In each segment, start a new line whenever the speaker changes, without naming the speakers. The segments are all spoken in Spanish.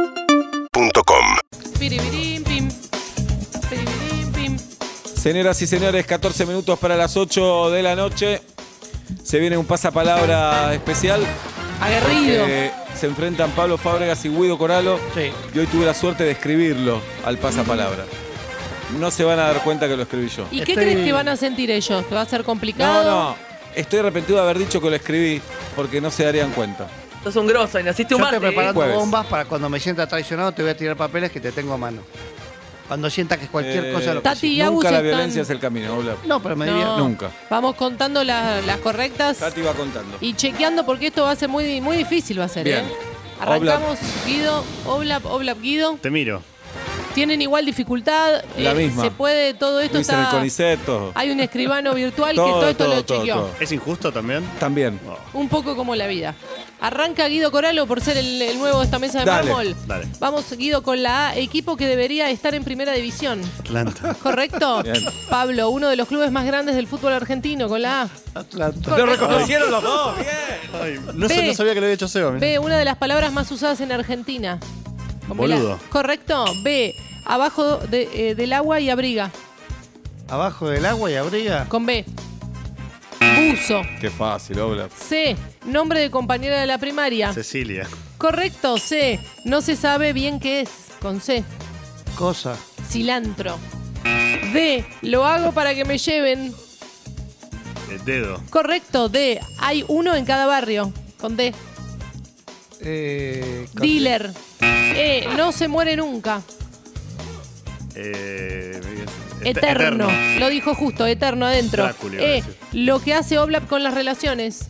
UrbanaPlayFM.com
Piribirim, pim. Piribirim, pim.
Señoras y señores, 14 minutos para las 8 de la noche. Se viene un pasapalabra especial.
Aguerrido.
Eh, se enfrentan Pablo Fábregas y Guido Coralo.
Sí.
Y hoy tuve la suerte de escribirlo al pasapalabra. No se van a dar cuenta que lo escribí yo.
¿Y qué
Estoy-
crees que van a sentir ellos? ¿Que va a ser
No,
complicado?
no. Estoy arrepentido de haber dicho que lo escribí porque no se darían cuenta.
Sos un grosso y naciste
Yo
un
estoy
martes. ¿eh?
preparando
Jueves.
bombas para cuando me sienta traicionado te voy a tirar papeles que te tengo a mano. Cuando sienta que es cualquier
Eh,
cosa lo que
Tati
sí.
y Agus
Nunca la
están-
violencia es el camino, Ola.
No, pero me
No.
diría.
Nunca.
Vamos contando las, las correctas
Tati va contando.
y chequeando porque esto va a ser muy, muy difícil, va a ser,
Bien.
¿eh? Arrancamos, Guido, Oblap, Oblap, Guido.
Te miro.
Tienen igual dificultad. Eh,
La misma.
Se puede, todo esto
Lo hice en el
está...
Conicet, todo.
Hay un escribano virtual que
Todo,
todo esto
todo,
lo
todo,
chequeó.
todo.
¿Es injusto también?
También.
Un poco como la vida. Arranca Guido Coralo por ser el, el nuevo de esta mesa de
Dale,
mármol.
dale.
Vamos, Guido, con la A, equipo que debería estar en primera división.
Atlanta.
¿Correcto?
Bien.
Pablo, uno de los clubes más grandes del fútbol argentino, con la A.
Atlanta.
Lo
Correcto.
reconocieron los dos. Bien.
Ay, no,
Ve.
sé- no sabía que lo había hecho Seba. mirá.
B, una de las palabras más usadas en Argentina. Ponmela.
Boludo.
¿Correcto? B, abajo de, eh, del agua y abriga.
Abajo del agua y abriga.
Con B. Buzo.
Qué fácil, Ola.
C, nombre de compañera de la primaria.
Cecilia.
Correcto, C. No se sabe bien qué es. Con C.
Cosa.
Cilantro. D. Lo hago para que me lleven.
El dedo.
Correcto, D. Hay uno en cada barrio. Con D.
Eh, con-
Dealer. E. No se muere nunca.
Eh, et-
Eterno. Lo dijo justo, eterno adentro.
Drácula, iba a
E.
decir.
Lo que hace Oblap con las relaciones.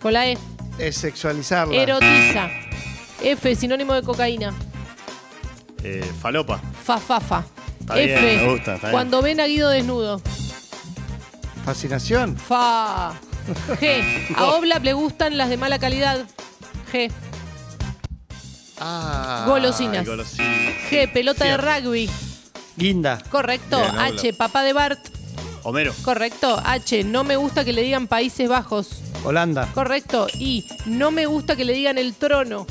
Con la E.
Es sexualizarla.
Erotiza. F. Sinónimo de cocaína.
Eh, falopa.
Fa, fa, fa.
Está
F.
bien, me gusta, está bien.
Cuando ven a Guido desnudo.
Fascinación.
Fa. G. A Oblap le gustan las de mala calidad. G.
Ah.
Golosinas.
Ay, golosinas.
G. Pelota de
Cierto.
rugby.
Guinda.
Correcto.
Bien, Oblap.
H. Papá de Bart.
Homero.
Correcto. H. No me gusta que le digan Países Bajos.
Holanda.
Correcto. I. No me gusta que le digan el trono.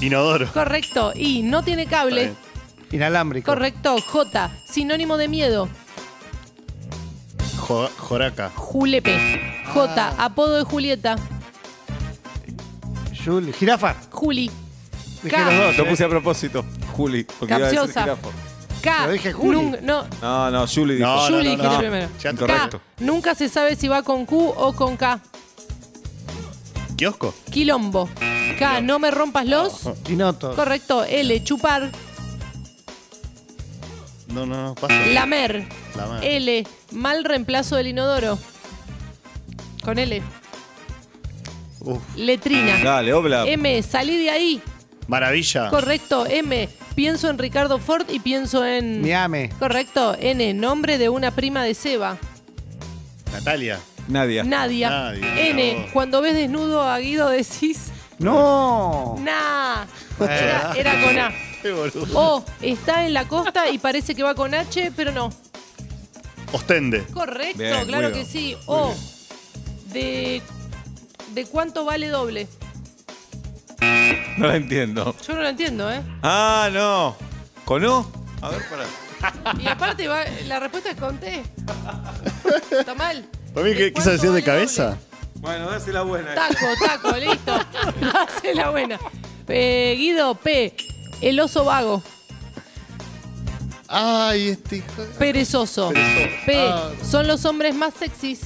Inodoro.
Correcto. I. No tiene
Está
cable.
bien.
Inalámbrico.
Correcto. J. Sinónimo de miedo.
Jo- joraca.
Julepe. J.
Ah.
Apodo de Julieta.
Juli. Jirafa.
Juli.
Dije
K.
los dos. eh.
Lo puse a propósito, Juli, porque iba a decir
Capciosa.
jirafa.
K.
Lo dije Juli.
Nun- no,
No, no, Juli dijo.
No,
Juli dijiste
no.
primero.
Ya te-
Correcto.
K. Nunca se sabe si va con Q o con K.
Kiosco.
Quilombo. K. No me rompas los.
Quinoto.
Correcto. L. Chupar.
No, no, no. Pasa.
Lamer.
La madre.
L. Mal reemplazo del inodoro. Con L.
Uf.
Letrina.
Dale, obla.
M. Salí de ahí.
Maravilla.
Correcto. M. Pienso en Ricardo Ford y pienso en.
Miame.
Correcto. N. Nombre de una prima de Seba.
Natalia.
Nadia.
Nadia.
Nadia,
N.
no.
Cuando ves desnudo a Guido decís.
No.
Nah. Era, era con A.
Qué boludo.
O está en la costa y parece que va con H, pero no.
Ostende.
Correcto,
Bien,
claro
Guido.
que sí.
Muy
O de, de cuánto vale doble.
No la entiendo.
Yo no lo entiendo, ¿eh?
Ah, no. ¿Con O? A ver, pará.
Y aparte va- la respuesta es con T. Está mal.
Para mí, ¿qué
¿Cuánto
quiso decir
vale
de cabeza?
Bueno, dásela la buena.
doble? Taco, taco, listo. Hace la buena. Eh, Guido P. El oso vago.
Ay, este hijo. de-
Perezoso.
Perezoso.
P.
Ah.
Son los hombres más sexys.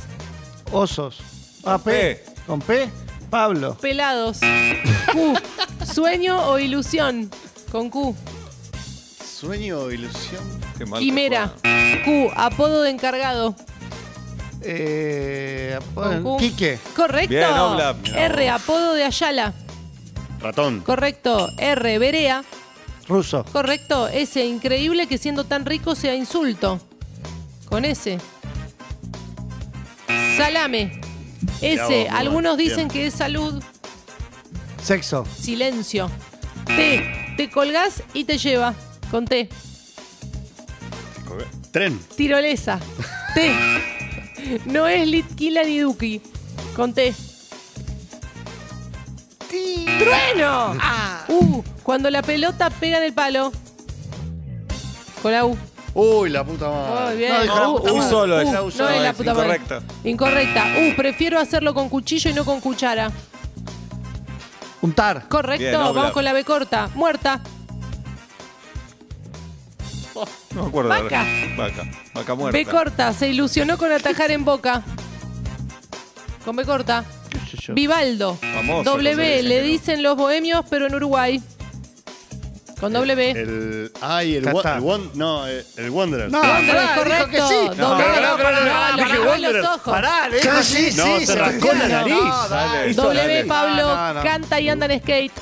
Osos. Ah, P.
P.
Con P. Pablo.
Pelados. Q. Sueño o ilusión. Con Q.
Sueño o ilusión.
Qué mal que
Quimera.
juega.
Q. Apodo de encargado.
Eh,
Con Q.
Quique.
Correcto.
Bien, Oblap.
R. Apodo de Ayala.
Ratón.
Correcto. R. Berea.
Ruso.
Correcto. S. Increíble que siendo tan rico sea insulto. Con S. Salame.
Mirá vos,
S.
muy
Algunos
bien.
dicen que es salud.
Sexo.
Silencio. T. Te colgás y te lleva. Con T.
Tren.
Tirolesa. T. No es Litquila ni Duki. Con T. ¡Trueno! Uh, cuando la pelota pega en el palo. Con la U.
Uy, la puta
Muy
madre.
bien.
Ah. No, dijo la
Uh,
puta
uh,
madre.
solo es.
La
no
U
es
solo
la
es,
puta madre.
incorrecta.
Incorrecta. Uh, prefiero hacerlo con cuchillo y no con cuchara.
Untar.
Correcto.
Bien, no,
Vamos
bla-
con la B corta. Muerta.
No me acuerdo.
Vaca.
Vaca. Vaca muerta.
B corta. Se ilusionó con atajar en boca. Con B corta. Vivaldo.
Famoso, no
W.
sé, dicen
Le
que no.
dicen los bohemios, pero en Uruguay. Con
Eh,
W.
El. Ay, el,
Catá.
Wa- el Won- No, eh, el Wanderer.
No,
Wanderers,
pará, dijo
correcto.
que sí.
No,
No,
pará,
pará,
pará,
pará,
no,
dije
le arrancó
Wanderers.
los ojos.
Pará, le dijo sí,
No,
sí.
se rascó la nariz.
No, dale.
Listo,
W.
dale.
Pablo
No, no, no.
canta y anda en skate.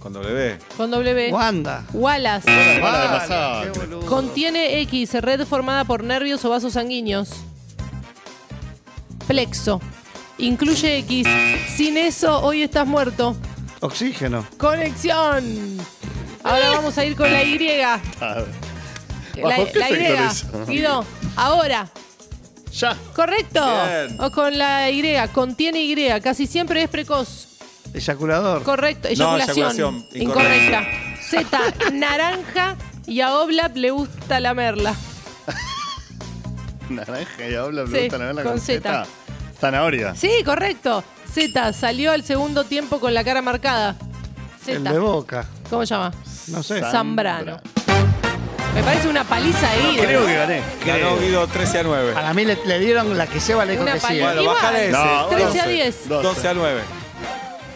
Con W.
Con W.
Wanda.
Wallace.
La mala
Vale,
pasada.
qué boludo.
Contiene X, red formada por nervios o vasos sanguíneos. Plexo. Incluye X. Sin eso, hoy estás muerto.
Oxígeno.
Conexión. Ahora vamos a ir con la Y. La,
A ver, ¿Bajo qué
la
sector
Y. Guido, ahora.
Ya.
Correcto.
Bien.
O con la Y. Contiene Y. Casi siempre es precoz.
Eyaculador.
Correcto. Eyaculación.
eyaculación, incorrecta.
Z. Naranja. Y a Oblap le gusta la merla.
Naranja y habla,
Sí,
me gusta la verla
con
con
zeta.
zeta. Zanahoria.
Sí, correcto. Z salió al segundo tiempo con la cara marcada.
El de
Z.
boca.
¿Cómo se llama?
No sé.
Sa-
Zambrano. Me parece una paliza de Guido.
Creo que gané.
Ganó Guido 13 a 9.
Para mí le, le dieron la que Seba le dijo
Una
que sí. ¿eh?
paliza.
Bueno,
Igual,
bajale ese.
No,
13 a
12,
10.
12 a 9.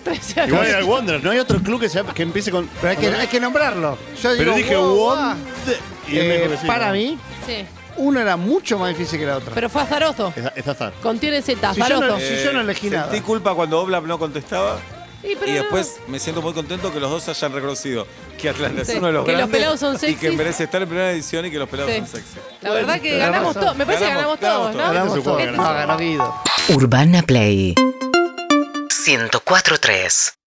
13 a
Igual
10.
era el Wanderer. No hay otro club que, sea, que empiece con.
Pero hay que, hay que nombrarlo. Yo
Pero
digo,
dije
wow, wow.
Wander. Y él me
Eh,
dijo que sí,
para
¿no?
mí,
Sí.
una era mucho más difícil que la otra.
Pero fue azaroso.
Es, es azar.
Contiene Z,
Si yo no-
azaroso.
si yo no elegí nada.
Eh, Sentí culpa cuando Oblap no contestaba.
Y, pero
Y
no.
después me siento muy contento que los dos hayan reconocido que Atlanta
Sí,
es uno de los
que los
grandes
pelados son
y que
sexys.
merece estar en primera edición y que los pelados
Sí.
son sexy.
La verdad que ganamos
razón.
todos. Me parece que ganamos
Ganamos,
todos,
ganamos
¿no?
todos.
Ganamos
Este se puede
todos.
ganar.
No, ganó Guido.
Urbana Play 1043